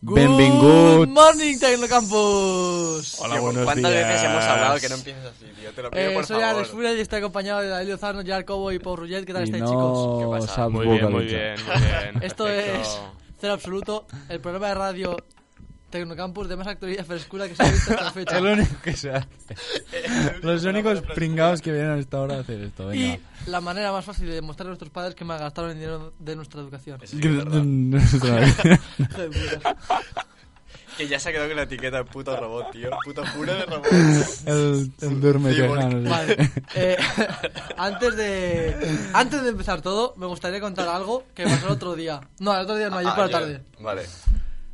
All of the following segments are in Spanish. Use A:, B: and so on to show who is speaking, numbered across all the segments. A: Benvinguts.
B: Good morning, Tecnocampus.
C: Hola,
A: Qué bu-
C: buenos
A: ¿cuántas
C: días.
A: veces hemos hablado que no empiezas así,
C: tío? Te lo pido,
B: Eh,
C: por
B: soy
C: favor.
B: Alex Furia y estoy acompañado de David Lozano, Gerard Cobo y Paul Rugget. ¿Qué tal
A: Y
B: estáis,
A: no
B: chicos?
C: ¿Qué pasa?
A: Sad
C: Muy bien,
A: vocal,
C: muy
A: dicho.
C: bien, muy bien.
B: Esto
C: Perfecto.
B: es Cero Absoluto, el programa de radio Tecnocampus de más actualidad y frescura que se ha visto hasta la fecha.
A: Es lo único que se hace. Los únicos pringados que vienen a esta hora a hacer esto. Venga.
B: Y la manera más fácil de demostrar a nuestros padres que malgastaron el dinero de nuestra educación.
A: Otra vez.
B: Hijo de puta.
C: Que ya se ha quedado con la etiqueta de puto robot, tío. Puto pura de robot.
A: el, el duerme
C: Sí, porque-
A: tejano, sí.
B: Vale. Eh, antes de antes de empezar todo, me gustaría contar algo que pasó el otro día. No, el otro día no, ayer por la tarde.
C: Ah,
B: Eh,
C: Vale.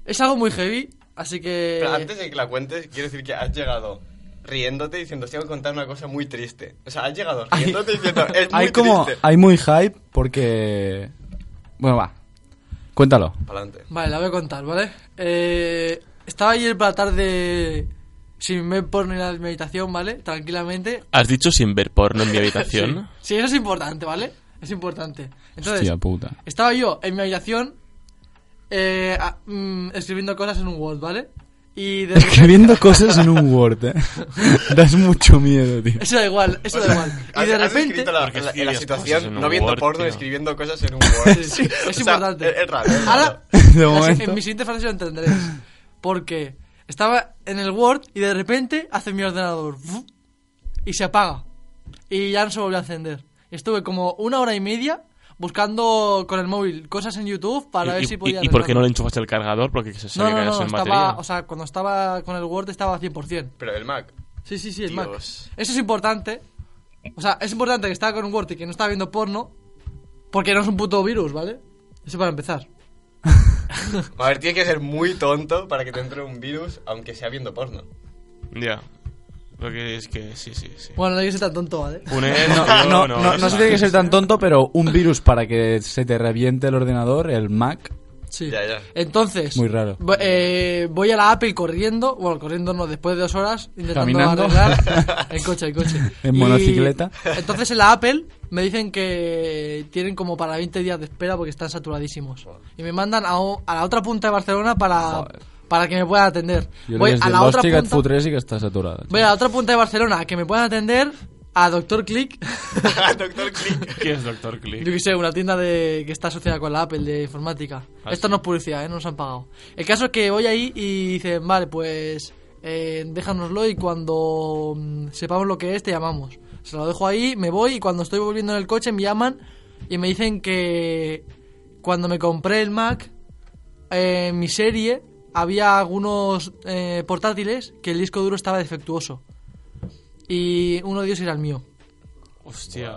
B: Es algo muy heavy, así que...
C: Pero antes de que la cuentes, quiero decir que has llegado riéndote diciendo, os tengo que contar una cosa muy triste. O sea, has llegado riéndote diciendo, es muy
A: Hay como.
C: triste.
A: Hay muy hype porque. Bueno, va. Cuéntalo.
C: Pa'lante.
B: Vale, la voy a contar, ¿vale? Eh, estaba ayer por la tarde sin ver porno ni la meditación, ¿vale? Tranquilamente.
D: ¿Has dicho sin ver porno en mi habitación?
B: Sí, eso es importante, ¿vale? Es importante. Entonces,
A: Hostia puta.
B: estaba yo en mi habitación eh, a- mm, escribiendo cosas en un Word, ¿vale? Y de
A: Escribiendo cosas en un Word, eh. Das mucho miedo, tío.
B: Eso da igual, eso
C: O
B: da
C: sea,
B: igual. Y
C: has-
B: de
C: has
B: repente...
C: descrito la,
D: Porque
C: la- la
D: escribías cosas en
C: situación
D: un
C: no viendo
D: Word,
C: porno,
D: tío.
C: escribiendo cosas en un Word.
B: Sí, sí, es
C: O sea,
B: importante.
C: es- es raro, es raro.
B: Ahora,
A: De
B: las-
A: momento.
B: en mi siguiente frase lo entenderéis. Porque estaba en el Word y de repente hace mi ordenador ¡fuf! y se apaga. Y ya no se volvió a encender. Estuve como una hora y media buscando con el móvil cosas en YouTube para ver
D: ¿Y,
B: si
D: y-
B: podía.
D: y por qué no
B: arreglarlo.
D: le enchufas el cargador? Porque se
B: No,
D: sabía
B: no,
D: que
B: no,
D: en
B: estaba,
D: batería.
B: o sea, cuando estaba con el Word estaba 100%.
C: Pero el Mac.
B: Sí, sí, sí, el Mac.
C: Dios.
B: Eso es importante. O sea, es importante que estaba con un Word y que no estaba viendo porno porque no es un puto virus, ¿vale? Eso para empezar.
C: A ver, tienes que ser muy tonto para que te entre un virus, aunque sea viendo porno.
D: Ya. Lo que es que sí, sí, sí.
B: Bueno, no hay que ser tan tonto, ¿vale?
D: Un ex,
A: No,
D: tío,
A: no, no, no, se tiene que ser tan tonto, pero un virus para que se te reviente el ordenador, el Mac.
B: Sí.
C: Ya, ya.
B: Entonces,
A: Muy raro.
B: vo- eh, voy a la Apple corriendo, bueno, corriendo no, después de dos horas, intentando
A: Caminando.
B: arreglar en coche, en coche.
A: En
B: Y
A: monocicleta.
B: Entonces en la Apple me dicen que tienen como para 20 días de espera porque están saturadísimos. Y me mandan a, o- a la otra punta de Barcelona para, para que me puedan atender.
A: Yo
B: Voy
A: le
B: a
A: diría,
B: la otra
A: "L'hòstia, que et
B: punta,
A: fotré sí que está saturada.
B: voy a la otra punta de Barcelona a que me puedan atender a Doctor Click.
C: Doctor Click.
D: ¿Qué es Doctor
B: Yo
D: Click?
B: qué sé, una tienda de, que está asociada con la Apple de informática.
D: Ah,
B: Esto
D: sí.
B: no es publicidad, ¿eh? no nos han pagado. El caso es que voy ahí y dicen, vale, pues eh, déjanoslo y cuando mm, sepamos lo que es te llamamos. Se lo dejo ahí, me voy y cuando estoy volviendo en el coche me llaman y me dicen que cuando me compré el Mac, eh, en mi serie había algunos eh, portátiles que el disco duro estaba defectuoso. Y uno de ellos era el mío.
D: Hostia.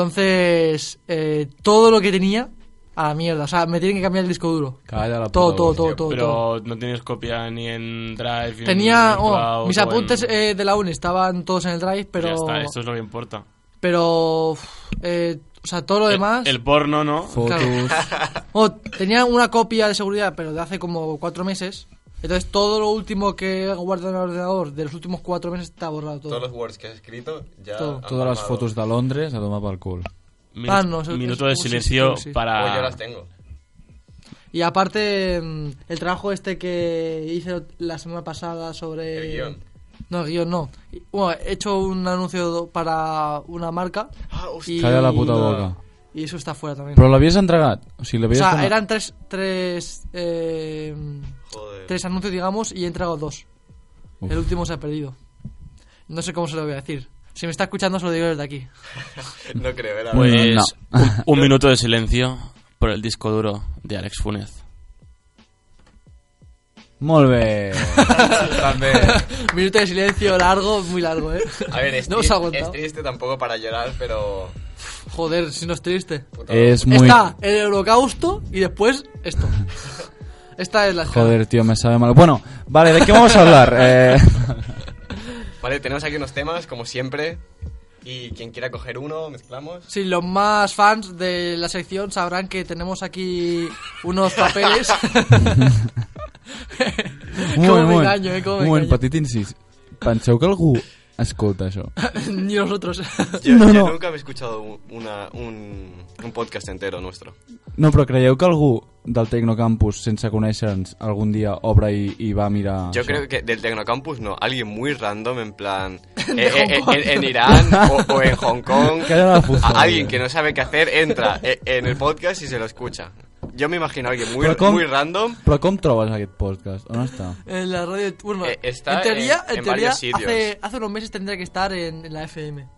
B: Entonces, eh, todo lo que tenía a la mierda. O sea, me tienen que cambiar el disco duro.
A: Calla la
B: Todo,
A: puta
B: todo,
A: voz.
B: todo, todo. todo.
D: Pero no tienes copia ni en Drive. ni
B: Tenía.
D: en
B: oh,
D: iCloud,
B: mis
D: o en-
B: apuntes eh, de la uni estaban todos en el drive, pero.
D: Ya está, esto es lo que importa.
B: Pero. uf, eh, o sea, todo lo
D: El-
B: demás.
D: El, porno, ¿no?
B: claro.
A: Fotos.
B: Oh, tenía una copia de seguridad, pero de hace como cuatro meses. Entonces, todo lo último que guardo en el ordenador de los últimos cuatro meses está borrado todo.
C: Todos los words que has escrito ya.
B: Todo.
C: han
A: Todas las
C: palmado.
A: fotos de Londres a tomar por el culo.
D: Minu-
B: Ah, no, eso-
D: minuto
B: eso-
D: de
B: sí, sí,
D: silencio
B: sí, sí.
D: para.
C: O yo las tengo.
B: Y aparte, mm, el trabajo este que hice la semana pasada sobre...
C: El guión.
B: No, el guión no. Y, Bueno, he hecho un anuncio do- para una marca.
C: Ah, hostia.
B: y-
A: Calla la puta boca.
B: Y eso está fuera también.
A: Pero lo havies entregat. O sigui,
B: o
A: l'havies
B: sea,
A: donat.
B: eran tres, tres, eh,
C: Joder.
B: tres anuncios, digamos, y he entregado dos.
A: Uf.
B: El último se ha perdido. No sé cómo se lo voy a decir. Si me está escuchando, se lo digo desde aquí.
C: No creo, era.
D: Pues.
A: No.
D: Un, un minuto de silencio por el disco duro de Alex Funes.
A: Molt bé.
C: También.
B: Minuto de silencio largo, muy largo, ¿eh?
C: A ver, este, es,
B: No os
C: tri-
B: ha aguantado.
C: es triste tampoco para llorar, pero
B: Joder, si no es triste.
A: Es muy...
B: Está el holocausto y después esto. Esta es la escala.
A: Joder, tío, me sabe mal. Bueno, vale, ¿de qué vamos a hablar? Eh,
C: Vale, tenemos aquí unos temas, como siempre. Y quien quiera coger uno, mezclamos.
B: Si los más fans de la sección sabrán que tenemos aquí unos papeles.
A: un
B: Cómo
A: moment,
B: me enganyo, eh, cómo
A: un
B: me
A: moment,
B: enganyo.
A: petit incís. Penseu que algú escolta això?
B: Ni nosotros.
C: Yo,
A: No,
C: yo
A: no.
C: nunca me he escuchado un- una, un, un podcast entero nuestro.
A: No, però creieu que algú del Tecnocampus, sense conèixer-nos, algun dia obre i, i va a mirar
C: Yo
A: això?
C: creo que del Tecnocampus no, alguien muy random en plan eh,
B: De
C: eh,
B: Hong Kong.
C: en, en Irán o, o en Hong Kong.
A: Que era la fusta,
C: A- alguien
A: tío.
C: que no sabe qué hacer entra eh, en el podcast y se lo escucha. Yo me imagino a alguien muy,
A: Però com-
C: muy random.
A: Però com trobes aquest podcast? On està?
B: En la radio. Bueno,
C: Eh, está
B: en teoría,
C: en-
B: en
C: en
B: teoría
C: varios sitios.
B: hace, hace unos meses tendría que estar en, en la FM.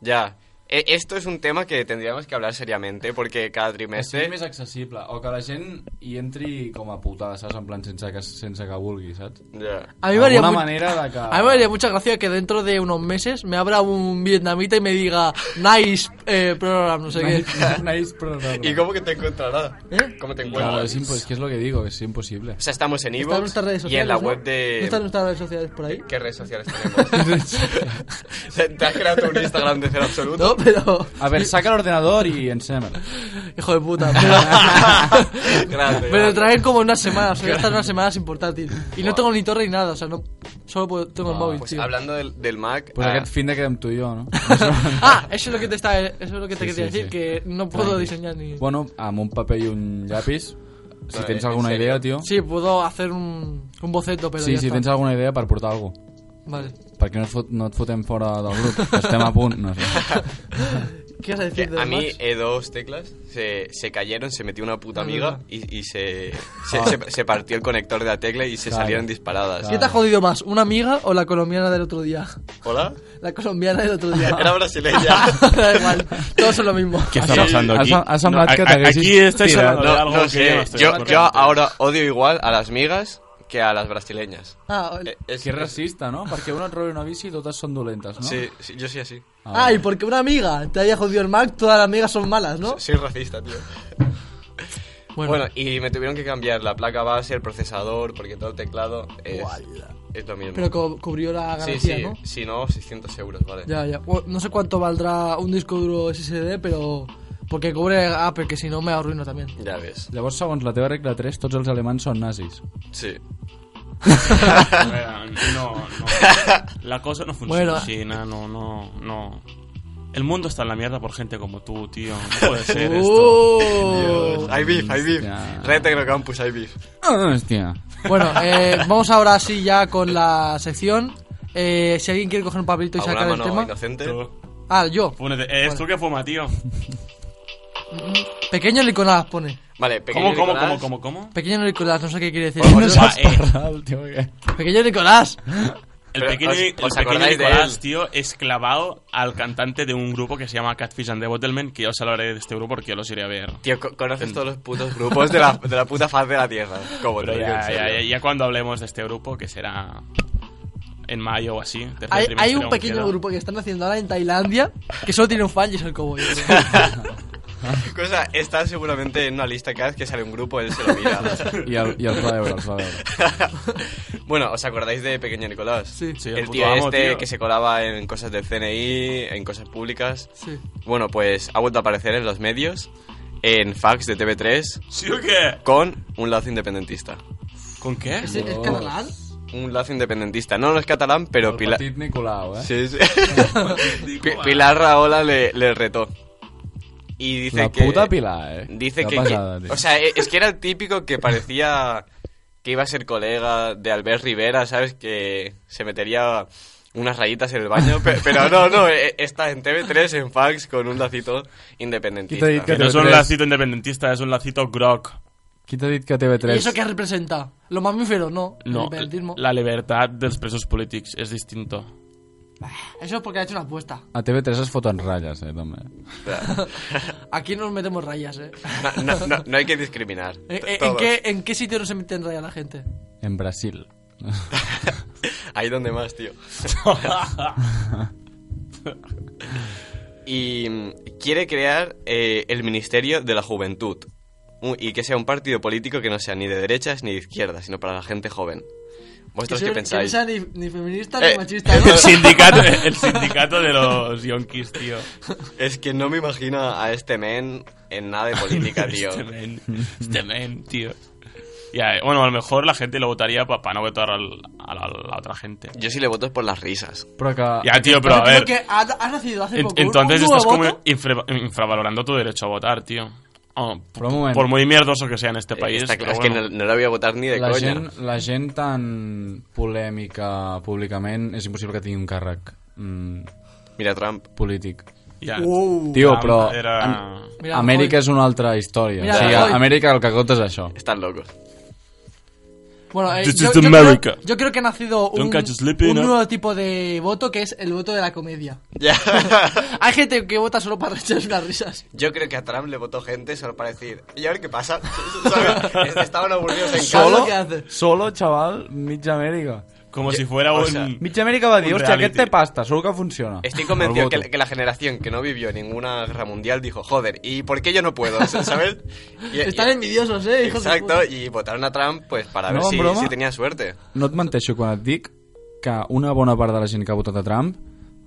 C: Ya. E- esto es un tema que tendríamos que hablar seriamente porque cada trimestre.
A: més accessible, o que la gent hi entri com a putada, saps? En plan, sense que, sense que vulgui, saps?
C: Ya.
B: A mí me haría, mu-
A: manera de que...
B: a mí me haría mucha gracia que dentro de unos meses me abra un vietnamita y me diga nice eh, program, no sé qué.
A: Nice programa.
C: ¿Y cómo que te encontrará?
B: ¿Eh?
C: ¿Cómo te
A: Claro,
C: encuentras?
A: es, impo- es que es lo que digo, que es imposible.
C: O sea, estamos en
B: Está en
C: Evox
B: nuestras redes
C: y
B: sociales.
C: en la
B: ¿no?
C: web de.
B: ¿No está en nuestras redes sociales por ahí?
C: ¿Qué redes sociales tenemos? ¿Te has creado un Instagram de cero absoluto?
B: No, pero.
A: A ver, saca el ordenador y enséñamelo.
B: Hijo de puta. Pero,
C: Grande,
B: me lo
C: grande.
B: traen como en unas semanas. Voy a estar unas semanas sin portátil. Y no tengo ni torre ni nada. O sea, no, solo puedo- tengo el
A: Ah,
B: móvil,
C: Pues
B: tío.
C: hablando del, del Mac.
A: Pues
C: ah,
A: aquest fin de quedem tu i jo, no?
B: Ah, eso es lo que te, está, eso es lo que
A: Sí,
B: te quería
A: sí,
B: decir.
A: sí.
B: Que no puedo diseñar ni.
A: bueno, amb un paper i un llapis, si
C: Vale,
A: tens
C: en
A: alguna
C: serio.
A: idea, tio...
B: Sí, puedo hacer un, un boceto, pero.
A: sí
B: ya
A: si
B: está.
A: tens alguna idea per portar alguna cosa.
B: Vale.
A: Perquè no et, fot, no et fotem fora del grup, que estem a punt, no sé.
B: ¿Qué vas a
C: que
B: decir de
C: a mí
B: Max?
C: E2 teclas se, se cayeron, se metió una puta
B: Es
C: amiga
B: Ah, verdad. Ah.
C: y, y se, se, se- se partió el conector de la tecla y se
A: Claro.
C: salieron disparadas.
B: ¿Qué te ha jodido más? ¿Una amiga o la colombiana del otro día?
C: ¿Hola?
B: La colombiana del otro día.
C: Era brasileña.
B: da igual. Todos son lo mismo.
D: ¿Qué está
A: Sí.
D: pasando aquí?
A: Ha- ha semblado
D: No,
A: que
D: a-
A: te
D: a-
A: haguessis
D: Aquí estáis
A: tirat.
D: hablando de
C: No,
D: algo
C: no
D: que yo no
C: sé.
D: estoy de
C: Yo,
D: acuerdo.
C: yo ahora odio igual a las migas que a las brasileñas.
B: Ah,
C: Eh, es-
A: Que és racista, no? Perquè una et roba una bici i totes són dolentes, no?
C: Sí, sí, yo soy así.
B: Ah, y porque una amiga te haya jodido el Mac, todas las amigas son malas, ¿no?
C: Soy racista, tío. Bueno. y me tuvieron que cambiar la placa base, el procesador, porque todo el teclado es, es lo mismo.
B: Pero co- cubrió la
C: sí,
B: garantía,
C: sí,
B: ¿no?
C: si no, 600 euros, vale.
B: Ya, ya. Bueno, no sé cuánto valdrá un disco duro SSD, pero. Porque cubre Apple, que si no me arruino también.
C: Ya ves.
A: Llavors, segons la teva regla 3, tots els alemans són nazis.
C: Sí.
D: Bueno, No, no. La cosa no funciona
B: Bueno.
D: así, na, no, no, no. El mundo está en la mierda por gente como tú, tío. No puede ser esto.
C: Uh.
B: ¡Oh!
C: Pues, Hay beef, hay beef.
A: Hostia.
C: Red Tecnocampus, hay beef.
A: Ah, Hòstia.
B: Bueno, eh, vamos ahora sí ya con la sección. Eh, si alguien quiere coger un papelito y
C: ¿Alguna
B: sacar Pues el
C: mano
B: tema.
C: inocente?
D: Tú,
B: Ah, yo.
D: ponete- eh, ¿Esto qué fuma, tío?
B: Pequeño Nicolás pone.
C: Vale, pequeño
D: ¿Cómo, cómo,
C: Nicolás.
D: cómo, cómo, cómo?
B: Pequeño Nicolás, no sé qué quiere decir.
D: Bueno,
A: No
D: O
A: saps
D: sea, eh,
A: parlar, el tio. aquest.
B: Pequeño Nicolás.
D: El
C: Pero,
D: pequeño,
C: ¿os-
D: el
C: os
D: pequeño
C: acordáis de
D: Nicolás,
C: él?
D: tío, es clavado al cantante de un grupo que se llama Catfish and the Bottlemen, que ya os hablaré de este grupo porque yo los iré a ver.
C: Tío, co- conoces todos los putos grupos de la, de la puta faz de la tierra. ¿Cómo
D: Pero
C: te digo, en
D: ya, ya,
C: serio.
D: ya, ya cuando hablemos de este grupo, que será en mayo o así. tercer
B: Hay,
D: trimestre
B: hay un
D: aún
B: pequeño
D: queda.
B: grupo que están haciendo ahora en Tailandia que solo tiene un fan y es el cowboy.
C: Cosa, está seguramente en una lista cada vez que sale un grupo, él se lo mira.
A: I, el, I els va veure, els va veure.
C: bueno, ¿os acordáis de Pequeño Nicolás?
B: Sí.
D: Sí, el
C: el
D: puto
C: tío
D: amo,
C: este
D: tío.
C: que se colaba en cosas del CNI, en cosas públicas.
B: Sí.
C: Bueno, pues ha vuelto a aparecer en los medios, en fax de TV3,
D: ¿Sí o qué?
C: con un lazo independentista.
D: ¿Con qué?
B: ¿Es, es catalán?
C: Un lazo independentista. No, no es catalán, pero
A: El
C: Pilar...
A: petit Nicolau, eh?
C: Sí, sí. Pi-
B: "Ah".
C: Pilar Raola le, le retó. Y dice
A: la
C: que...
A: puta Pilar, eh?
C: Dice
A: Qué
C: que...
A: Pasada,
C: que-
A: tío.
C: o sea, e- es que era el típico que parecía que iba a ser colega de Albert Rivera, ¿sabes? Que se metería unas rayitas en el baño. pe- Pero, no, no, e- está en TV3, en fax, con un lacito independentista.
A: Quita y quita.
D: Que no es un
A: Tres.
D: lacito independentista, es un lacito grog.
A: Qui t'ha dit que
B: ¿Y
A: TV3...
B: eso qué representa? ¿Los mamíferos? No. El
D: No,
B: independentismo.
D: la libertad de los presos políticos es distinto.
B: Eso es porque ha hecho una apuesta.
A: A TV3 es foten ratlles, eh, també.
B: Aquí nos metemos rayas, ¿eh?
C: No, no, no, no hay que discriminar.
B: ¿En, en- en
C: Todos.
B: qué, ¿En qué sitio no se meten rayas la gente?
A: En Brasil.
C: Ahí donde más, tío. y mm, quiere crear eh, el Ministerio de la Juventud Un- y que sea un partido político que no sea ni de derechas ni de izquierdas, sino para la gente joven. ¿Vosotros
B: que
C: qué
B: ser-
C: pensáis?
B: Que no sea ni, ni feminista
C: Eh,
B: ni machista,
D: El
B: ¿no?
D: sindicato, el sindicato de los yonkis, tío.
C: Es que no me imagino a este men en nada de política, tío.
D: Este men, este men, tío. Ya, eh, bueno, a lo mejor la gente lo votaría para no votar al- a, la, a la otra gente.
C: Yo sí le voto es por las risas.
D: Este
A: Pero acá...
D: Ya, tío, pero a
B: Creo
D: ver.
B: que ha- has nacido hace
D: en-
B: poco.
D: entonces
B: un
D: estás
B: nuevo
D: como
B: voto.
D: infra- infravalorando tu derecho a votar, tío. Oh,
A: Però un moment.
D: por muy mierdoso que sea en este país.
C: Eh, Está claro,
D: pero
C: es que
D: bueno.
C: no, no la voy a votar ni de
A: la,
C: coña.
A: gent, la gent tan polèmica públicament és impossible que tingui un càrrec mm,
C: Mira, Trump.
A: polític.
D: Ya.
B: Uh,
A: Tio,
D: Trump
A: però
D: era-
A: am-
B: Mira,
A: Amèrica
B: Rajoy.
A: és una altra història.
B: Mira,
A: o sigui,
B: Rajoy.
A: Amèrica el que compta és això.
C: Están locos.
B: Bueno, eh,
D: This
B: yo,
D: is
B: yo
D: America.
B: Creo, yo creo que ha nacido un,
D: Don't catch you sleeping,
B: un
D: ¿no?
B: nuevo tipo de voto que es el voto de la comedia.
C: Ya.
B: Hay gente que vota solo para echarse unas risas.
C: Yo creo que a Trump le votó gente solo para decir, y a ver qué pasa. ¿Sabes? Estaban aburridos en
B: Solo-
C: casa.
B: què hace?
A: solo, chaval, mitja Amèrica.
D: Como si fuera
C: o
D: un.
C: sea,
A: Mitja Amèrica va dir,
D: Un
A: hòstia,
D: reality.
A: aquest té pasta, segur que funciona.
C: Estoy convencido
A: El
C: que,
A: voto.
C: que la generación que no vivió ninguna guerra mundial dijo, joder, ¿y por qué yo no puedo? ¿Sabes? Y-
B: Están
D: e-
C: y-
B: envidiosos, eh. hijos de
C: Exacto,
B: puta.
C: y votaron a Trump pues para
A: No,
C: ver si,
A: broma.
C: si tenía suerte.
A: No et menteixo quan et dic que una bona part de la gent que ha votat a Trump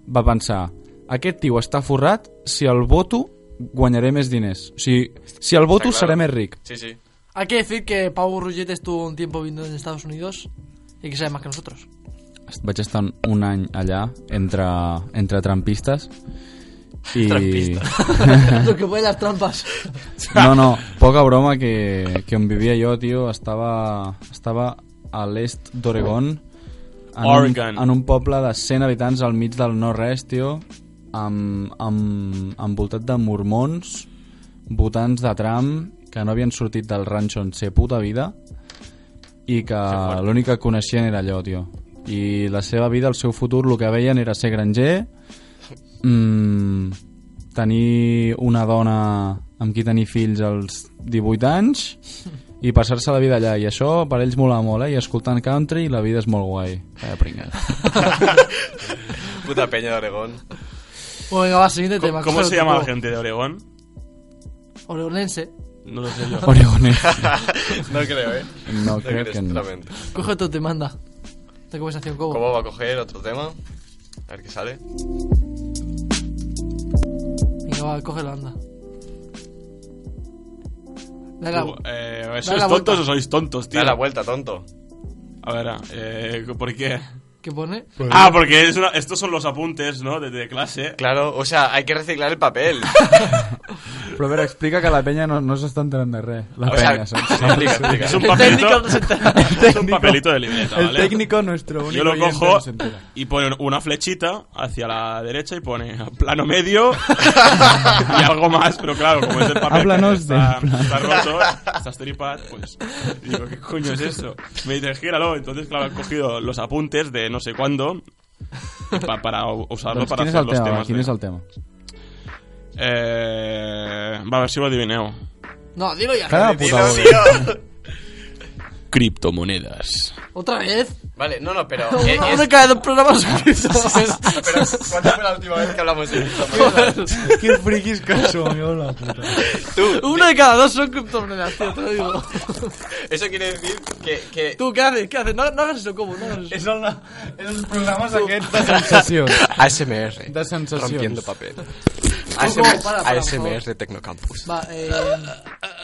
A: va pensar aquest tio està forrat, si el voto guanyaré més diners. O sigui, si el voto
C: claro.
A: seré més ric.
C: Sí, sí.
B: Hay que decir que Pau Ruget estuvo un tiempo viviendo en Estados Unidos y que sabe más que nosotros.
A: Est- Vaig estar un any allà entre, entre trampistes i...
B: Lo que puede las trampas.
A: No, no, poca broma que, que on vivia jo, tio, estava, estava a l'est d'Oregon en, un-
D: Oregon.
A: en un poble de 100 habitants al mig del no-res, tio amb, amb, envoltat de mormons votants de Trump que no havien sortit del ranxo en ser puta vida i que l'únic que coneixien era allò, tio i la seva vida, el seu futur, el que veien era ser granger mm, tenir una dona amb qui tenir fills als 18 anys i passar-se la vida allà i això per ells mola molt eh? i escoltant country la vida és molt guai Calla, pringa.
C: Puta peña de Oregón.
B: Bueno, venga, va, siguiente tema.
D: ¿Cómo,
B: que
D: cómo
B: es
D: se
B: el
D: llama la
B: tipo
D: gente de Oregón?
B: Oregonense.
D: No lo sé yo.
A: Oregoner
C: no creo, ¿eh?
A: no creo
C: creo,
A: que no
C: sinceramente.
B: Coge tu demanda. De conversación, Cobo.
C: ¿Cómo va a coger otro tema? A ver qué sale.
B: Venga, va, cógelo, anda. Dale
D: Tú,
B: la-
D: eh,
B: Dale
D: ¿Sois
B: la vuelta.
D: tontos o sois tontos, tío?
C: Da la vuelta, tonto.
D: A ver, eh, ¿por qué?
B: ¿Qué pone?
D: Ah, porque es una- estos son los apuntes, ¿no? De, de clase.
C: Claro, o sea, hay que reciclar el papel.
A: però a veure, explica que la penya no, no s'està enterant de res la
C: O sea,
A: penya, saps?
C: explica, explica.
D: Es un
B: El técnico
D: papelito,
B: no se entera.
D: es un papelito de libreta,
A: el
D: ¿vale?
A: técnico nuestro único
D: Yo lo
A: oyente
D: cojo
A: no se entera.
D: y pone una flechita hacia la derecha y pone plano medio y algo más, pero claro, como es el papel
A: Háblanos
D: que está,
A: del plan.
D: está roto, está estripado, pues digo, ¿qué coño es eso? Me dice, gíralo, entonces claro, han cogido los apuntes de no sé cuándo pa- para u- usarlo
A: Doncs
D: para
A: quin és
D: hacer
A: el
D: los
A: tema? va?
D: temas.
A: quin
D: de-
A: és el tema?
D: Eh, va, a ver si lo adivineo.
B: No, dilo ya.
A: Cada
B: Javi.
A: puta hora.
D: Criptomonedas.
B: ¿Otra vez?
C: Vale, no, no, pero. eh,
B: Uno uno
C: es-
B: cada dos programas.
C: pero ¿Cuándo fue la última vez que hablamos de esto?
A: Qué frikis que som, jo, la puta.
C: Tú,
B: Uno de cada dos son criptomonedas, tío, te lo digo.
C: eso quiere decir que. que
B: Tú, ¿qué haces? ¿Qué haces? No, no hagas eso, ¿cómo? No hagas eso.
A: Són, la, els programes aquests de sensació.
C: ASMR.
A: De sensacions.
C: Rompiendo papel.
B: para, para, por
C: ASMR Tecnocampus.
B: Va, eh.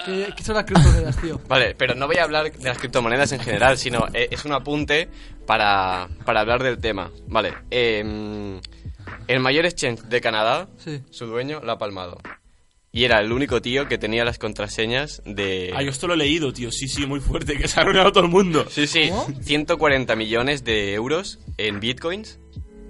B: ¿qué, qué son las criptomonedas, tío?
C: Vale, pero no voy a hablar de las criptomonedas en general, sino eh, es un apunte para, para hablar del tema. Vale, em, el mayor exchange de Canadá,
B: Sí.
C: su dueño, la ha palmado. Y era el único tío que tenía las contraseñas de...
D: Ah, yo esto lo he leído, tío. Sí, sí, muy fuerte, que se ha arruinado todo el mundo.
C: Sí, sí, 140 millones de euros en bitcoins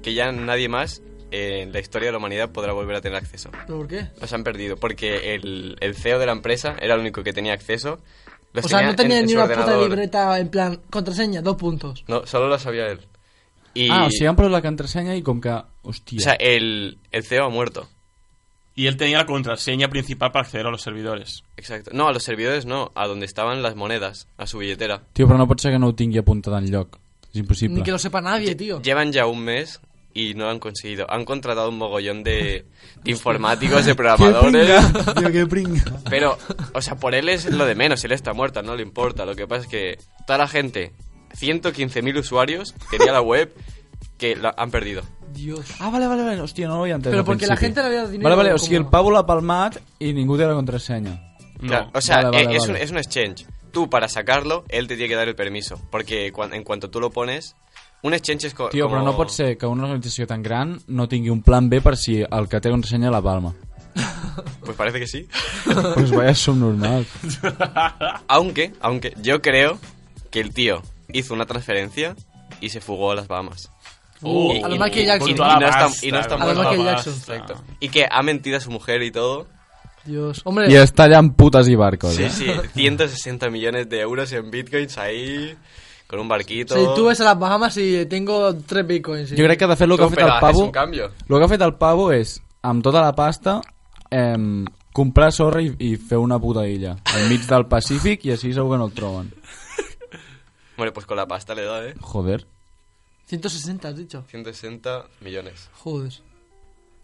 C: que ya nadie más en la historia de la humanidad podrá volver a tener acceso.
B: ¿Pero por qué?
C: Los han perdido porque el, el CEO de la empresa era el único que tenía acceso. Los
B: O sea, no
C: en-
B: tenía
C: en
B: ni
C: su
B: una puta
C: ordenador.
B: libreta en plan contraseña, dos puntos.
C: No, solo lo sabía él. Y,
A: Ah, o sigui, han posat la contrasenya i com que... Hòstia.
C: o sea, el, el CEO ha muerto.
D: Y él tenía la contraseña principal para acceder a los servidores.
C: Exacto. No, a los servidores no, a donde estaban las monedas, a su billetera.
A: Tio, però no pot ser que no ho tingui apuntat en lloc. És impossible.
B: Ni que lo sepa nadie, tío.
C: Llevan ya un mes y no lo han conseguido. Han contratado un mogollón de, de informáticos, de programadores.
E: Tío, qué pringa.
C: Pero, o sea, por él es lo de menos, él está muerta, no le importa. Lo que pasa es que toda la gente, 115.000 usuarios, tenía la web que la han perdido.
B: Dios.
A: Ah, vale, vale, vale. Hòstia, no ho havia entès
B: Però
A: al
B: perquè la
A: principi.
B: gente le había dado dinero
A: Vale, vale, o
B: como-
A: sigui, el Pablo l'ha palmat i ningú té la contrasenya.
C: Claro, o sea,
A: Vale, vale,
C: eh, es,
A: vale.
C: Un, es un exchange. Tú, para sacarlo, él te tiene que dar el permiso. Porque cuan- en cuanto tú lo pones, un exchange es co-
A: Tio,
C: como...
A: però no pot ser que una organització tan gran no tingui un plan B per si el que té contrasenya la palma.
C: Pues parece que sí.
A: pues vaya subnormal.
C: Aunque, aunque, yo creo que el tío hizo una transferencia y se fugó a las Bahamas.
B: Uh, a lo Michael Jackson.
C: y- y
D: Con toda
C: no
D: la
C: está-
D: pasta,
C: y no está
D: con
C: muerto.
D: toda la
B: A lo Michael Jackson.
D: pasta.
C: Exacto. Y que ha mentido a su mujer y todo.
B: Dios. Hombre,
A: I està allà amb putes i barcos,
C: Sí,
A: eh?
C: sí, 160 millones de euros en bitcoins ahí, con un barquito.
B: si tú ves a las Bahamas y tengo tres bitcoins. sí.
A: Jo crec que, de fet, el que
C: Tú,
A: ha fet
C: pero
A: el
C: haces
A: pavo...
C: un cambio.
A: El que ha fet el pavo és, amb tota la pasta, em, comprar sorra i, i fer una puta illa al mig del Pacífic i així segur que no el troben.
C: Bueno, pues con la pasta le da, ¿eh?
A: Joder.
B: 160 has dicho.
C: 160 millones.
B: Joder.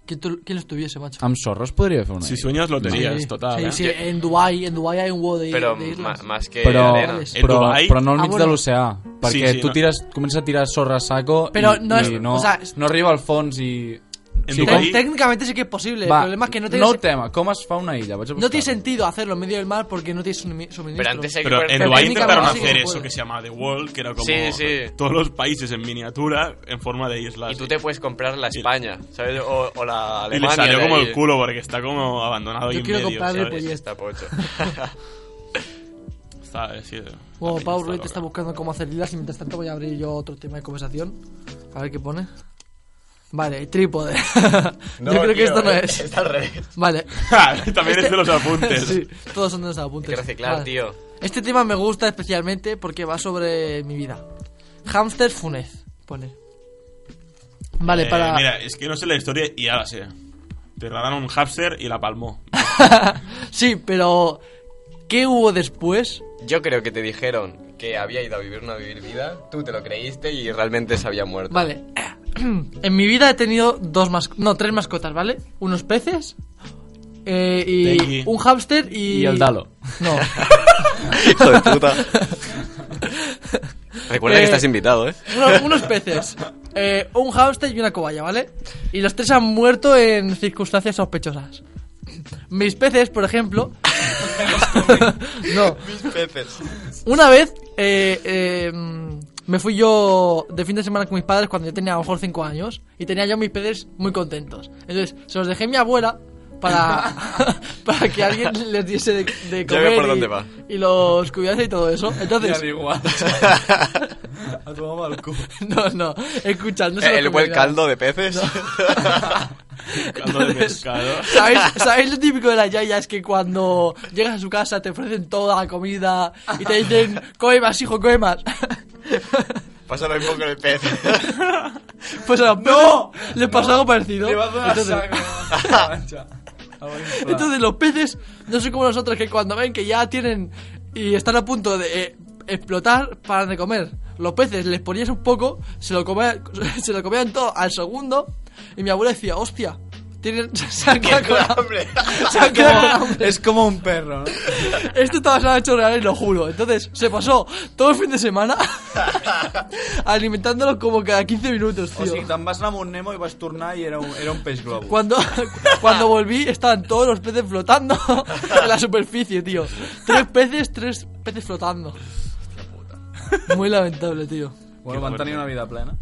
B: ¿Quién, tu- quién los tuviese, macho?
A: Amb sorra es podria fer una
D: Si
A: illa.
D: sueñas, lo tenías,
B: Sí,
D: total.
B: sí,
D: ¿eh?
B: sí, en Dubai, en Dubai hay un huevo de,
C: Pero
B: de
C: ma-
B: islas.
C: más que
A: però,
C: arena.
B: En
A: però,
D: Dubai?
A: però no al
B: Ah,
A: mig
B: bueno.
A: de l'oceà perquè
D: sí,
A: tu
D: no.
A: tires, comences a tirar sorra a saco
B: Però
A: i,
B: no és-
A: i no,
B: o sea,
A: no arriba al fons i...
D: En
A: Sí,
B: Tec-
D: Dubai-
B: Técnicamente sí que es posible.
A: va,
B: el problema es que no tiene,
A: no tema, com es fa una illa? Vaig a
B: no tiene
A: buscar-ho.
B: sentido hacerlo en medio del mar porque no tiene sumi- suministro.
C: Pero antes hay que
D: Pero
C: poner-
D: en
B: Pero técnicamente
D: Dubái intentaron
B: sí
D: hacer
B: que
D: eso
B: puede.
D: que se llama The Wall, que era como
C: Sí, sí.
D: todos los países en miniatura en forma de islas.
C: Y tú te puedes comprar la España, ¿sabes? O, o la
D: Y
C: Alemania.
D: le salió
C: de
D: como
C: ahí.
D: el culo porque está como abandonado
B: Yo
D: y en
B: quiero
D: medio,
B: comprarle,
D: ¿sabes?
B: pues, ya
C: Está pocho.
D: Está, sí, la
B: Wow,
D: peña
B: Pau
D: está
B: Ruiz te
D: loca.
B: está buscando cómo hacer lilas y mientras tanto voy a abrir yo otro tema de conversación. A ver qué pone. Vale, trípode. yo creo que
C: tío,
B: esto no
C: eh,
B: es.
C: Está al revés.
B: Vale.
D: Ah,
B: Este
D: También es este de los apuntes.
B: sí, todos son de los apuntes.
C: Hay que reciclar,
B: Vale.
C: tío.
B: Este tema me gusta especialmente porque va sobre mi vida. Hamster Funez, pone. Vale,
D: Eh,
B: para.
D: Mira, es que no sé la historia y ahora sé. Te regalaron un hamster y la palmó.
B: Sí, pero. ¿Qué hubo después?
C: Yo creo que te dijeron que había ido a vivir una vivir vida, tú te lo creíste y realmente se había muerto.
B: Vale. En mi vida he tenido dos mas... no, tres mascotas, ¿vale? Unos peces eh, y
D: Tengi.
B: un hámster y...
A: i el Dalo
B: No.
C: Hijo de puta. Recuerda
B: Eh,
C: que estás invitado, ¿eh?
B: Uno- unos peces, eh, un hámster y una cobaya, ¿vale? Y los tres han muerto en circunstancias sospechosas. Mis peces, por ejemplo... no. Una vez eh, eh, mm, me fui yo de fin de semana con mis padres cuando yo tenía a lo mejor 5 años y tenía yo mis peces muy contentos. Entonces se los dejé a mi abuela para, para que alguien les diese de, de
C: Ya
B: comer
C: veo por
B: y,
C: dónde va.
B: y los cuidase y todo eso. Entonces,
A: igual a tomar el cul
B: no, no, escucha, no se
C: Eh,
B: los
C: el buen
B: comieron.
C: caldo de peces.
D: Caldo de
B: Entonces,
D: pescado.
B: ¿Sabéis, ¿Sabéis lo típico de las yayas? Que cuando llegas a su casa te ofrecen toda la comida y te dicen, come más, hijo, come más.
C: Pasa lo mismo con el pez.
B: Pues a los ¡No! Les pasó algo parecido. Entonces, entonces los peces no son como nosotros que cuando ven que ya tienen y están a punto de eh, explotar paran de comer. Los peces les ponías un poco, se lo, comía- se lo comían todo al segundo y mi abuela decía, hostia, tienen, se han quedado con hambre. Se han quedado con hambre.
E: Es como un perro, ¿no?
B: Esto estaba basado en hechos reales, lo juro. Entonces, se pasó todo el fin de semana alimentándolo como cada 15 minutos, tío.
E: O sigui, te'n vas anar amb un Nemo i vas tornar i era un, era un peix globo.
B: Cuando, cuando volví estaban todos los peces flotando en la superficie, tío. Tres peces, tres peces flotando. Muy lamentable, tío.
E: Bueno, van tenir una vida plena.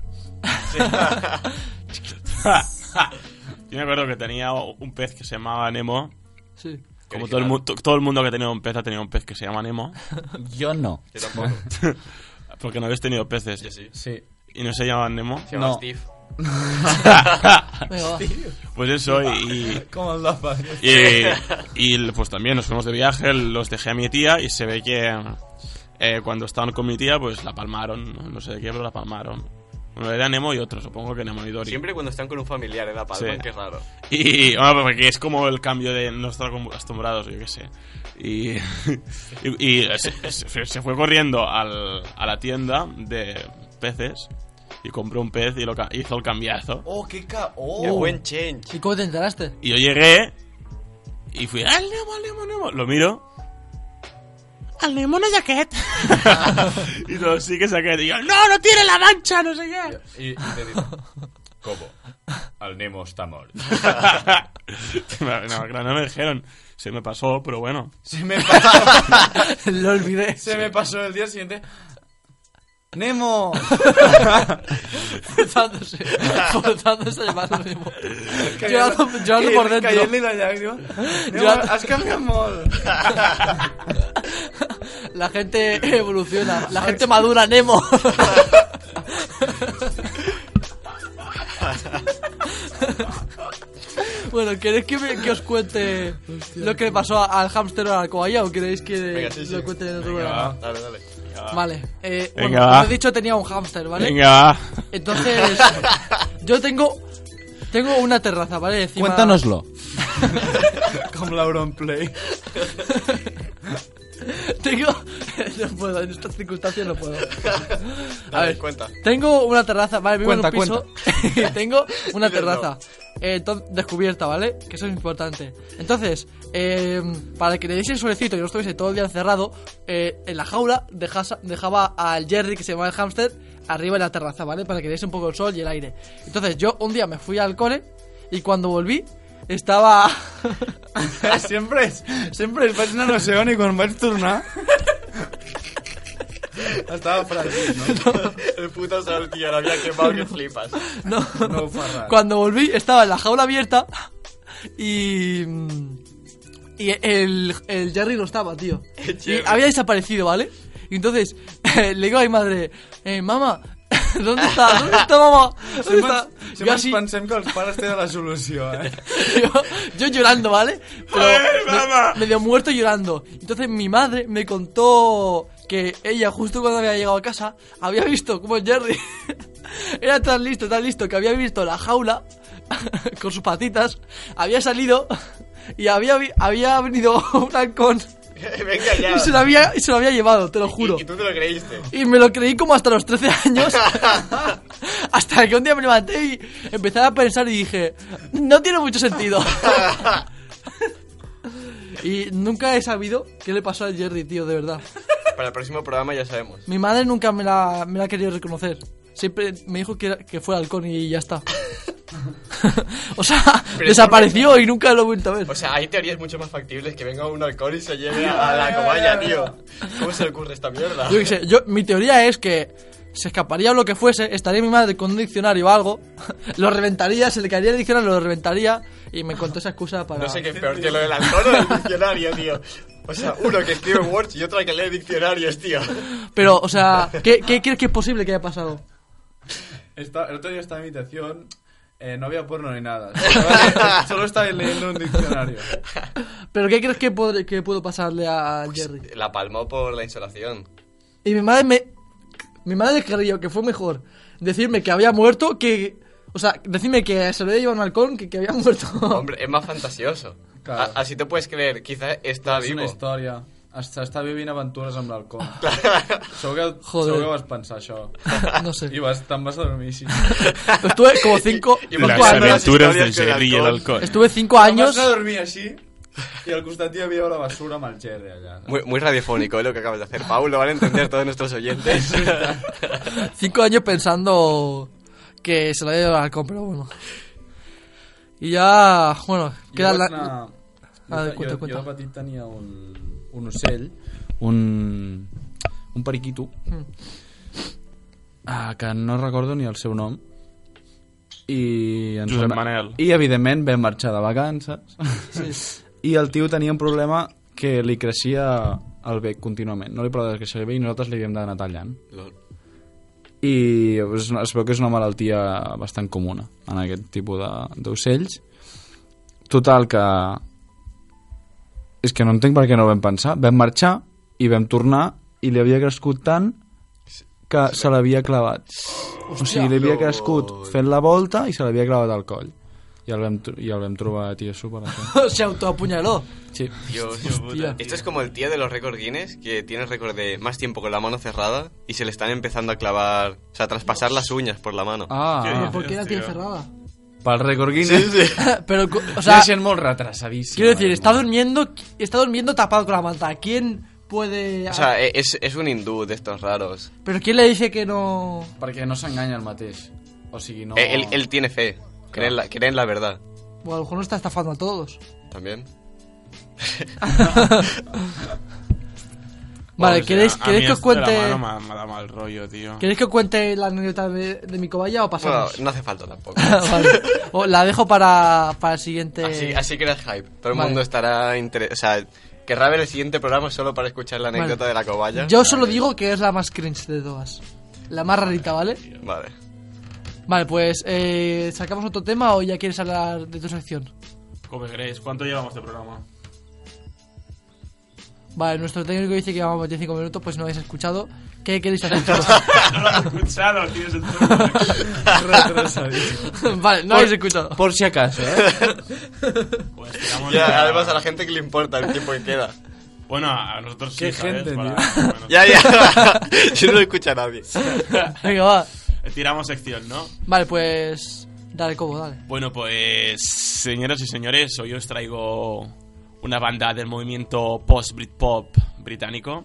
D: Yo me acuerdo que tenía un pez que se llamaba Nemo.
B: Sí.
D: Como todo el, mu- to- todo el mundo que ha tenido un pez ha tenido un pez que se llama Nemo.
A: jo no
C: Yo tampoco.
D: Porque no habéis tenido peces.
C: Yo sí.
A: sí.
D: Y no se llamaban Nemo.
C: Se llama
A: No.
C: Steve.
B: Venga, va.
D: Pues eso, y,
E: Com el Lapa.
D: y, y, pues también nos fuimos de viaje, los dejé a mi tía y se ve que eh, cuando estaban con mi tía, pues la palmaron, no, No sé de qué, pero la palmaron. Uno era Nemo y otro, supongo que Nemo y Dory.
C: Siempre cuando están con un familiar en la palma,
D: Sí.
C: qué raro.
D: Y bueno, porque es como el cambio de no estar acostumbrados, yo qué sé. Y, y, y se, se- se fue corriendo al- a la tienda de peces y compró un pez y lo ca- hizo el cambiazo.
F: Oh, qué ca... Oh.
B: Uh.
C: Qué buen change.
B: ¿Y cómo te enteraste?
D: Y yo llegué y fui, al Nemo, al Nemo, al Nemo. Lo miro. Al Nemo no es aquest. y todo, sí que es aquest. Y yo, no, no tiene la mancha, no sé qué.
F: Y, y te digo, ¿cómo? Al Nemo está muerto.
D: no, claro, no me dijeron. Se me pasó, pero bueno.
E: Se me pasó,
B: Lo olvidé.
E: se me pasó el día siguiente. ¡Nemo!
B: Forzándose. Forzándose a llevarlo al Nemo. Llorando, llorando por dentro.
E: Caient-li la llàgrima. Nemo,
B: Llorando.
E: has canviat molt.
B: La gente evoluciona. La gente madura, Nemo. Bueno, ¿queréis que, me- que os cuente lo que le pasó a- al hámster o a la cobaya o queréis que
C: Venga, sí, sí.
B: lo cuente en otro programa?
C: Dale, dale.
B: Vale. Eh,
D: Venga,
B: bueno,
D: va.
B: como he dicho, tenía un hámster, ¿vale?
D: Venga, va.
B: Entonces, yo tengo tengo una terraza, ¿vale? Encima-
A: Cuéntanoslo.
E: Com l'Auronplay.
B: Tengo... No puedo, en estas circunstancias no puedo. A
C: Dale,
B: ver,
C: cuenta.
B: tengo una terraza, ¿vale? Vivo
A: Cuenta,
B: en un piso y tengo una terraza. eh, to- descubierta, ¿vale? Que eso es importante. Entonces, eh, para que le diese el solecito y no estuviese todo el día encerrado, eh, en la jaula dejasa- dejaba al Jerry, que se llama el hámster, arriba en la terraza, ¿vale? Para que le diese un poco el sol y el aire. Entonces, yo un día me fui al cole y cuando volví, estaba.
E: Sempre és, sempre és,
A: pues,
E: vaig anar a l'oceà i quan vaig tornar...
B: Ah,
E: Estava fràgil, no?
C: El puto sol, tío, lo había quemado que flipas.
B: no,
E: No ho fa res.
B: Cuando volví estaba en la jaula abierta y... Y el, el Jerry no estaba, tío. Y había desaparecido, ¿vale? Y entonces le digo a mi madre, eh, mamá, ¿dónde está? ¿Dónde está mamá? ¿Dónde
E: Sempre,
B: está?
E: ens-
B: Yo
E: sempre ens
B: así,
E: pensem que els pares tenen la solució, eh?
B: yo, yo llorando, ¿vale? Pero me- medio muerto llorando. Entonces mi madre me contó que ella, justo cuando había llegado a casa, había visto como Jerry era tan listo, tan listo, que había visto la jaula con sus patitas, había salido y había, vi- había venido un halcón
C: Venga ya.
B: y se lo había, y se lo había llevado, te lo juro.
C: Y, y tú te lo creíste.
B: Y me lo creí como hasta los 13 años. hasta que un día me levanté y empecé a pensar y dije, no tiene mucho sentido. y nunca he sabido qué le pasó a Jerry, tío, de verdad.
C: Para el próximo programa ya sabemos.
B: Mi madre nunca me la, me la ha querido reconocer. Siempre me dijo que, era- que fuera halcón y ya está. o sea,
C: Pero
B: desapareció y nunca lo he vuelto a ver.
C: O sea, hay teorías mucho más factibles que venga un alcohol y se lleve a la cobaya, tío. ¿Cómo se le ocurre esta mierda?
B: Yo qué sé, yo, mi teoría es que se escaparía o lo que fuese, estaría mi madre con un diccionario o algo, lo reventaría, se le caería el diccionario, lo reventaría y me contó esa excusa para...
C: No sé qué es peor que lo del alcohol o del diccionario, tío. O sea, uno que escribe Words y otro que lee diccionarios, tío.
B: Pero, o sea, ¿qué, qué crees que es posible que haya pasado?
E: Esta- el otro día estaba en mi habitación, eh, no había porno ni nada. Solo, solo estaba leyendo un diccionario.
B: Ah, ¿Pero qué crees que, podré- que pudo pasarle a
C: Pues,
B: Jerry?
C: La palmó por la insolación.
B: Y mi madre me... Mi madre creyó que fue mejor decirme que había muerto que... O sea, decirme que se lo había llevado un halcón que que había muerto.
C: Hombre, es más fantasioso.
E: Claro.
C: A- así te puedes creer, quizá está
E: És una
C: vivo.
E: història. Està, està vivint aventures amb l'alcohol. Segur que,
B: Joder.
E: segur que vas pensar això.
B: No
E: I
B: sé.
E: vas, te'n vas a dormir així.
B: Estuve como cinco...
C: Y- y
B: cinco
C: más
D: Las
C: cuando
B: años-
C: las
D: aventuras del
C: historias del
D: Jerry y el alcohol.
B: Estuve cinco
E: Te'n
B: años...
E: vas a dormir així i al costat hi havia la basura amb el Jerry allà.
C: Muy, muy radiofónico ¿eh? lo que acabas de hacer, Paulo. Van a entender todos nuestros oyentes.
B: Cinco años pensando que se lo había llevado al halcón, pero bueno. Y ya, bueno, queda
E: jo,
B: la...
E: vaig anar,
B: Ah,
E: jo,
B: cuenta,
E: jo,
B: cuenta.
E: jo de petit tenia un, un ocell
A: Un, un periquito.
B: Hmm.
A: Ah, que no recordo ni el seu nom. I ens
D: Josep
A: vam-
D: Manel.
A: I, evidentment, vam marxar de vacances.
B: Sí.
A: I el tio tenia un problema que li creixia el bec contínuament. No li parava de créixer el bec i nosaltres li havíem d'anar tallant. i es, es veu que és una malaltia bastant comuna en aquest tipus de- d'ocells total que és que no entenc per què no ho vam pensar vam marxar i vam tornar i li havia crescut tant que se l'havia clavat o sigui, li havia crescut fent la volta i se l'havia clavat al coll i I el vam, tr- i el vam trobar a Tiesu per això.
B: Se autoapuñaló.
A: Sí.
C: Dios,
B: Hostia.
C: Esto es como el tío de los récords Guinness que tiene el récord de más tiempo con la mano cerrada y se le están empezando a clavar, o sea, a traspasar las uñas por la mano.
A: Ah,
D: Què
A: ah.
D: dius?
B: ¿Por qué la tiene
D: Hostia.
B: cerrada?
A: pel rècord Guinness. Sí, sí.
B: Pero, cu- o sea,
A: gent molt retrasadíssima. eh.
B: quiero decir, está durmiendo, está durmiendo tapado con la manta. ¿Quién puede...?
C: O sea, e- es, es un hindú de estos raros.
B: Pero ¿quién le dice que no...?
A: Perquè no s'enganya el mateix. O sigui, no...
C: Eh, Él, él tiene fe, cree en, la, cree en la verdad
B: O a lo mejor no está estafando a todos.
C: también.
B: Vale,
D: Pues,
B: ¿queréis,
D: a- a
B: ¿queréis
D: mí
B: que os
D: esto de la
B: cuente...
D: mano me, ha- me ha dado mal rollo, tío.
B: ¿Queréis que os cuente la anécdota de, de mi cobaya o
C: Bueno,
B: pasamos?
C: no hace falta tampoco.
B: Vale. O la dejo para, para el siguiente...
C: Así, así que era hype. Todo el
B: Vale.
C: mundo estará interesado. O sea, querrá ver el siguiente programa solo para escuchar la anécdota de la cobaya.
B: Yo solo digo que es la más cringe de todas. La más rarita, ¿vale?
C: Vale.
B: Vale, pues eh, sacamos otro tema o ya quieres hablar de tu sección.
D: Como queréis, ¿cuánto llevamos de programa?
B: Vale, nuestro técnico dice que llevamos 25 minutos, pues no habéis escuchado. ¿Qué queréis hacer?
D: No lo has escuchado, tienes el truco.
A: Retrasadíssima.
B: vale, no habéis escuchado.
A: Por si acaso, eh?
D: Pues tiramos
C: Ya,
D: para-
C: además a la gente que le importa el tiempo que queda.
D: Bueno, a nosotros
A: Qué
D: sí, ¿sabes?
A: gente,
D: Para-
A: tío.
D: bueno.
C: Ya, ya. Yo no lo escucha nadie.
B: Venga, va.
D: eh, Tiramos sección, ¿no?
B: Vale, pues. Dale, Cobo, dale.
D: Bueno, pues señoras y señores, hoy os traigo una banda del movimiento post-Britpop británico.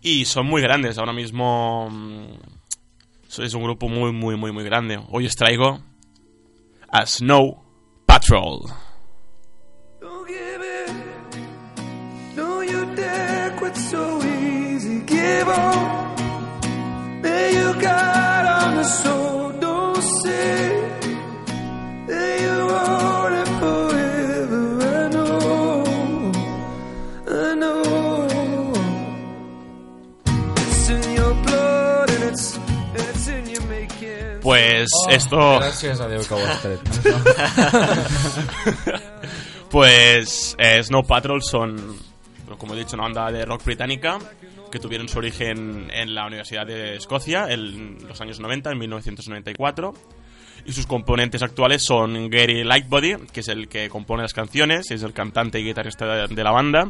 D: Y son muy grandes, ahora mismo mm, sois un grupo muy, muy, muy, muy grande. Hoy os traigo a Snow Patrol.
G: Don't give in. No, you dare quit so easy. Give up. There you got on the soul. Don't sit. There you are it forever. I know. I know. It's in your blood and it's, and it's in your making.
D: Pues
A: Oh.
D: esto...
A: Gràcies a Déu que ho has tret.
D: Pues eh, Snow Patrol son, pues, como he dicho, una banda de rock británica que tuvieron su origen en la Universidad de Escocia en los años 90, en 1994. Y sus componentes actuales son Gary Lightbody, que es el que compone las canciones, es el cantante y guitarrista de la banda.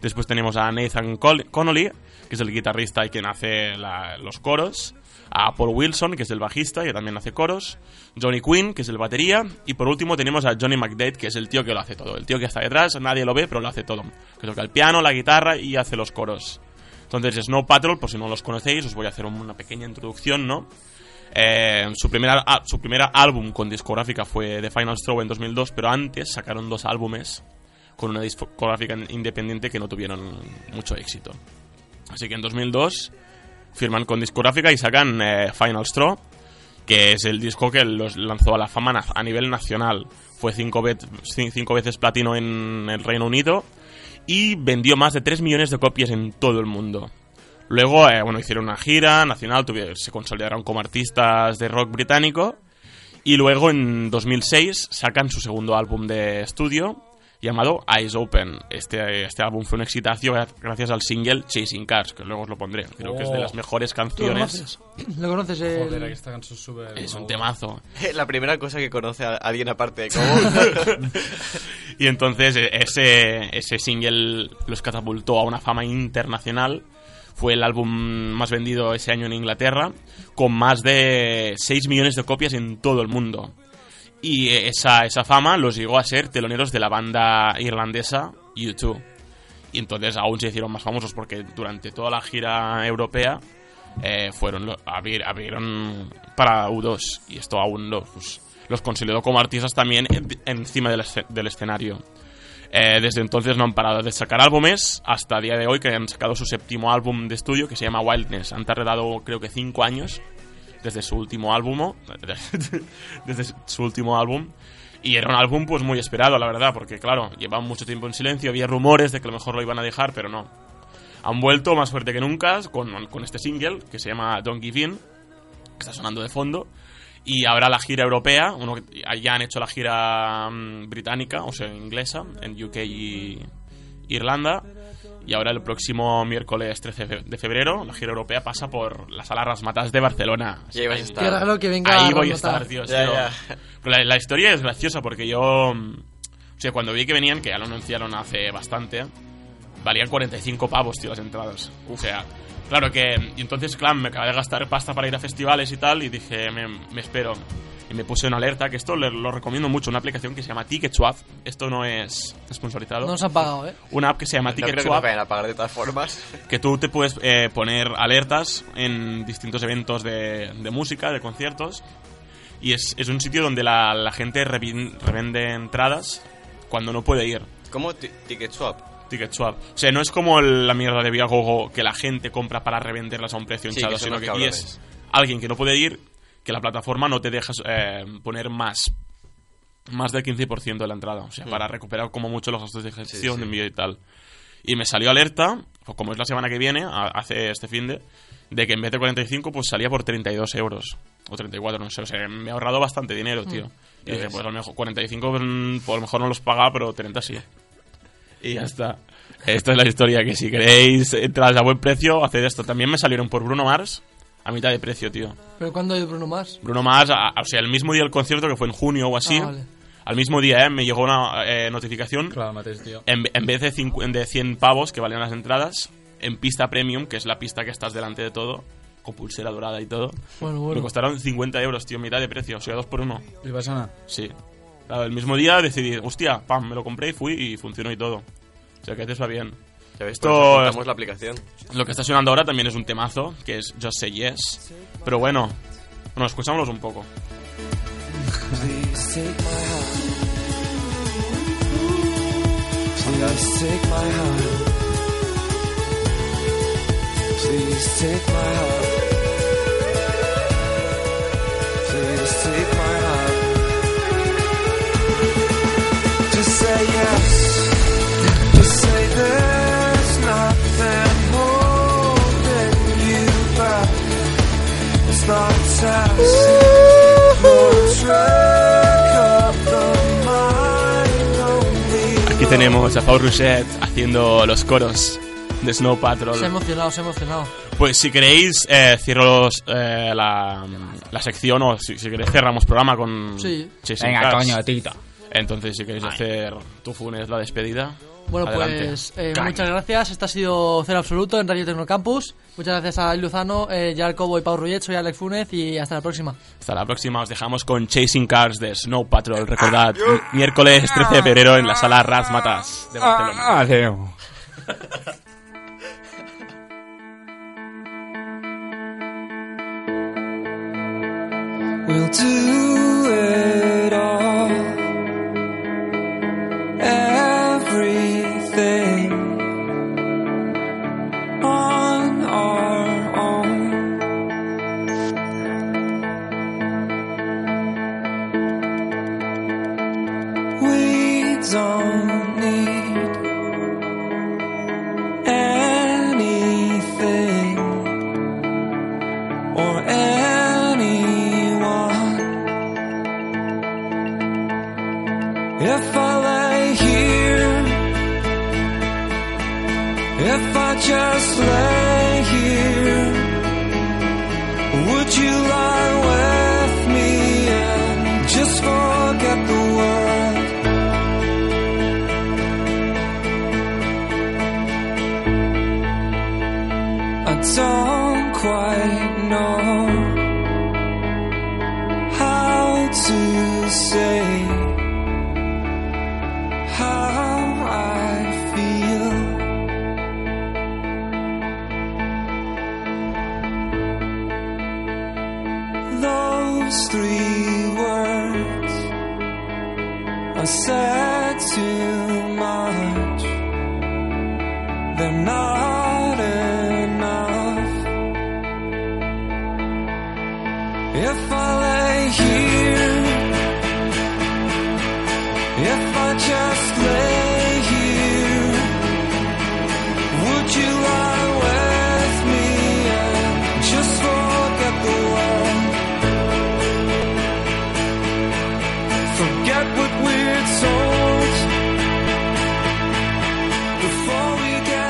D: Después tenemos a Nathan Col- Connolly, que es el guitarrista y quien hace la- los coros. A Paul Wilson, que es el bajista y también hace coros. Johnny Quinn, que es el batería. Y por último tenemos a Johnny McDade, que es el tío que lo hace todo. El tío que está detrás, nadie lo ve, pero lo hace todo. Que toca el piano, la guitarra y hace los coros. Entonces, Snow Patrol, por si no los conocéis, os voy a hacer un- una pequeña introducción, ¿no? Eh, su, primera, ah, su primera álbum con discográfica fue The Final Straw en 2002, pero antes sacaron dos álbumes con una discográfica independiente que no tuvieron mucho éxito. Así que en 2002 firman con discográfica y sacan eh, Final Straw, que es el disco que los lanzó a la fama na- a nivel nacional. Fue cinco, ve- cin- cinco veces platino en el Reino Unido y vendió más de 3 millones de copias en todo el mundo. Luego, eh, bueno, hicieron una gira nacional, tuvieron- se consolidaron como artistas de rock británico y luego en 2006 sacan su segundo álbum de estudio llamado Eyes Open. Este, este álbum fue un exitazo gra- gracias al single Chasing Cars, que luego os lo pondré. Creo que es de las mejores
B: ¿Tú lo
D: canciones.
B: conoces? ¿Lo conoces? El...
E: Joder, aquesta cançó és super...
D: Es un temazo.
C: La primera cosa que conoce a alguien aparte de Cobo.
D: Y entonces eh, ese, ese single los catapultó a una fama internacional. Fue el álbum más vendido ese año en Inglaterra, con más de 6 millones de copias en todo el mundo. Y eh, esa, esa fama los llegó a ser teloneros de la banda irlandesa U2. Y entonces aún se hicieron más famosos porque durante toda la gira europea eh, fueron lo- abrir- abrieron para U2 y esto aún los, pues, los consideró como artistas también en- encima del, esce- del escenario. Eh, desde entonces no han parado de sacar álbumes hasta día de hoy que han sacado su séptimo álbum de estudio que se llama Wildness. Han tardado creo que 5 años desde su último álbum desde su último álbum y era un álbum pues muy esperado la verdad porque claro llevaban mucho tiempo en silencio había rumores de que a lo mejor lo iban a dejar pero no han vuelto más fuerte que nunca con, con este single que se llama Don't Give In, que está sonando de fondo. Y ahora la gira europea, uno que- ya han hecho la gira mm, británica, o sea, inglesa, en UK y Irlanda. Y ahora el próximo miércoles 13 fe- de febrero, la gira europea pasa por la sala Rasmatas de Barcelona.
C: Y ahí vas a estar.
B: Qué raro que venga
D: Ahí
B: a
D: voy a
B: rematar.
D: estar, tío.
C: Ya,
D: tío.
C: ya.
D: Pero la, la historia es graciosa porque yo. mm, O sea, cuando vi que venían, que ya lo anunciaron hace bastante, valían 45 pavos, tío, las entradas. O sea, claro que. Y entonces, claro, me acabé de gastar pasta para ir a festivales y tal, y dije, me, me espero. Y me puse una alerta, que esto le- lo recomiendo mucho, una aplicación que se llama TicketSwap. Esto no es sponsorizado.
B: No nos han pagado, ¿eh?
D: Una app que se llama
C: No creo que
D: TicketSwap
C: nos vayan a pagar de todas formas.
D: que tú te puedes eh, poner alertas en distintos eventos de, de música, de conciertos. Y es, es un sitio donde la, la gente revin- revende entradas cuando no puede ir.
C: ¿Cómo ti- ticket swap?
D: TicketSwap. O sea, no es como el- la mierda de Viagogo que la gente compra para revenderlas a un precio
C: Sí,
D: hinchado,
C: que son
D: sino
C: los
D: que y
C: cabrones.
D: es alguien que no puede ir, que la plataforma no te deja eh, poner más más del 15% de la entrada, o
C: Hmm.
D: sea, para recuperar como mucho los gastos de gestión, de envío y tal. Y me salió alerta, pues como es la semana que viene, a- hace este fin de, de que en vez de 45, pues salía por 32 euros. O 34, no sé, o sea, me he ahorrado bastante dinero,
B: Mm.
D: tío. Y dije, pues a lo mejor 45, pues, mm, pues, a lo mejor no los pagaba, pero 30 sí. Y ya está. Esta es la historia que si queréis entrar a buen precio, haced esto. También me salieron por Bruno Mars a mitad de precio, tío.
B: Pero ¿cuándo hay Bruno Mars?
D: Bruno Mars, a- a- o sea, el mismo día del concierto que fue en junio o así,
B: Ah, vale.
D: al mismo día eh, me llegó una eh, notificación.
A: Clar, el mateix dia.
D: En, en vez de, 50 de 100 pavos que valían las entradas, en pista premium, que es la pista que estás delante de todo, con pulsera dorada y todo,
B: Bueno,
D: me
B: bueno.
D: costaron 50 euros, tío, mitad de precio, o sea, dos por uno.
A: Li vas anar?
D: Sí. Claro, el mismo día decidí, hostia, pam, me lo compré y fui y funcionó y todo. O sea, que te va bien.
B: Pues
C: Ya ves,
D: Esto
C: por eso
D: es-
C: juntamos la aplicación.
D: Lo que está sonando ahora también es un temazo, que es Just Say Yes. Pero bueno, bueno, escuchámoslos un poco.
G: Please take my heart. Please take my heart. Please take my heart. Please take my heart. Just say yes. Just say there's nothing holding you back. It's not a test.
D: Aquí tenemos a Paul Rousset haciendo los coros de Snow Patrol.
B: Se ha emocionado, se ha emocionado.
D: Pues si queréis, eh, cierro los, eh, la, la sección o si, si queréis cerramos programa con...
B: Sí.
D: Chasing Cars. Entonces, si queréis hacer tu funes la despedida.
B: Bueno,
D: adelante.
B: pues eh, muchas gracias. Este ha sido Cero Absoluto en Radio Tecnocampus. Muchas gracias a Luzano, eh, Gerard Cobo y Pau Rullet. Soy Alex Funes y hasta la próxima.
D: Hasta la próxima, os dejamos con Chasing Cars de Snow Patrol. Recordad,
B: Ah.
D: miércoles 13 de febrero en la sala Razmatas de Barcelona.
A: Adéu.
G: We'll do it all. Everything on our own. We don't need anything or anyone. If I lay here, if I just lay here, would you lie with me and just forget the world? I don't quite know how to say how I feel. Those three words I said too much. They're not enough. If I lay here, if I just lay here, would you lie with me and just forget the world? Forget what we're told before we get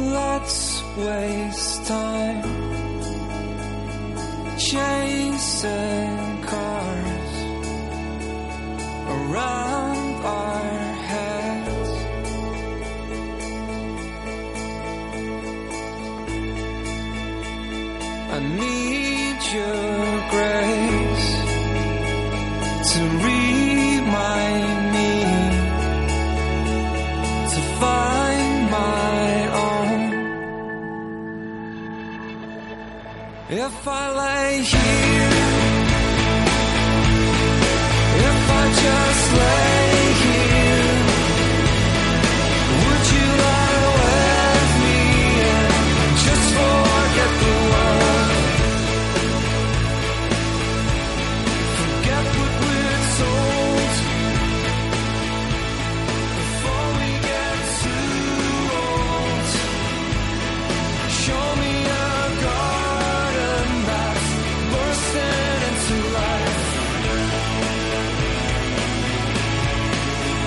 G: let's waste time chasing cars around our heads. I need your grace to remind me to find my own. If I lay here, if I just lay here, would you lie with me and just forget the world? Forget what we're told before we get too old. Show me a garden that's bursting into life.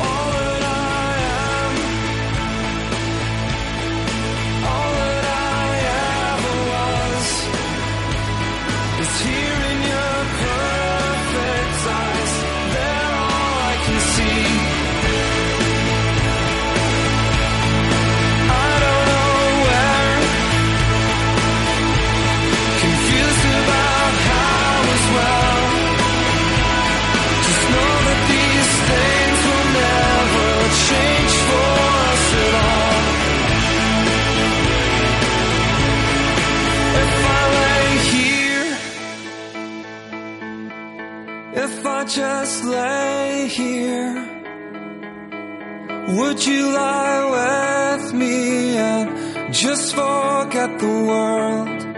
G: All that I am, all that I ever was, is here in your perfect eyes. They're all I can see. I don't know where. Confused about how as well. Just know that these things will never change for us at all. If I lay here, if I just lay here. Would you lie with me and just forget the world?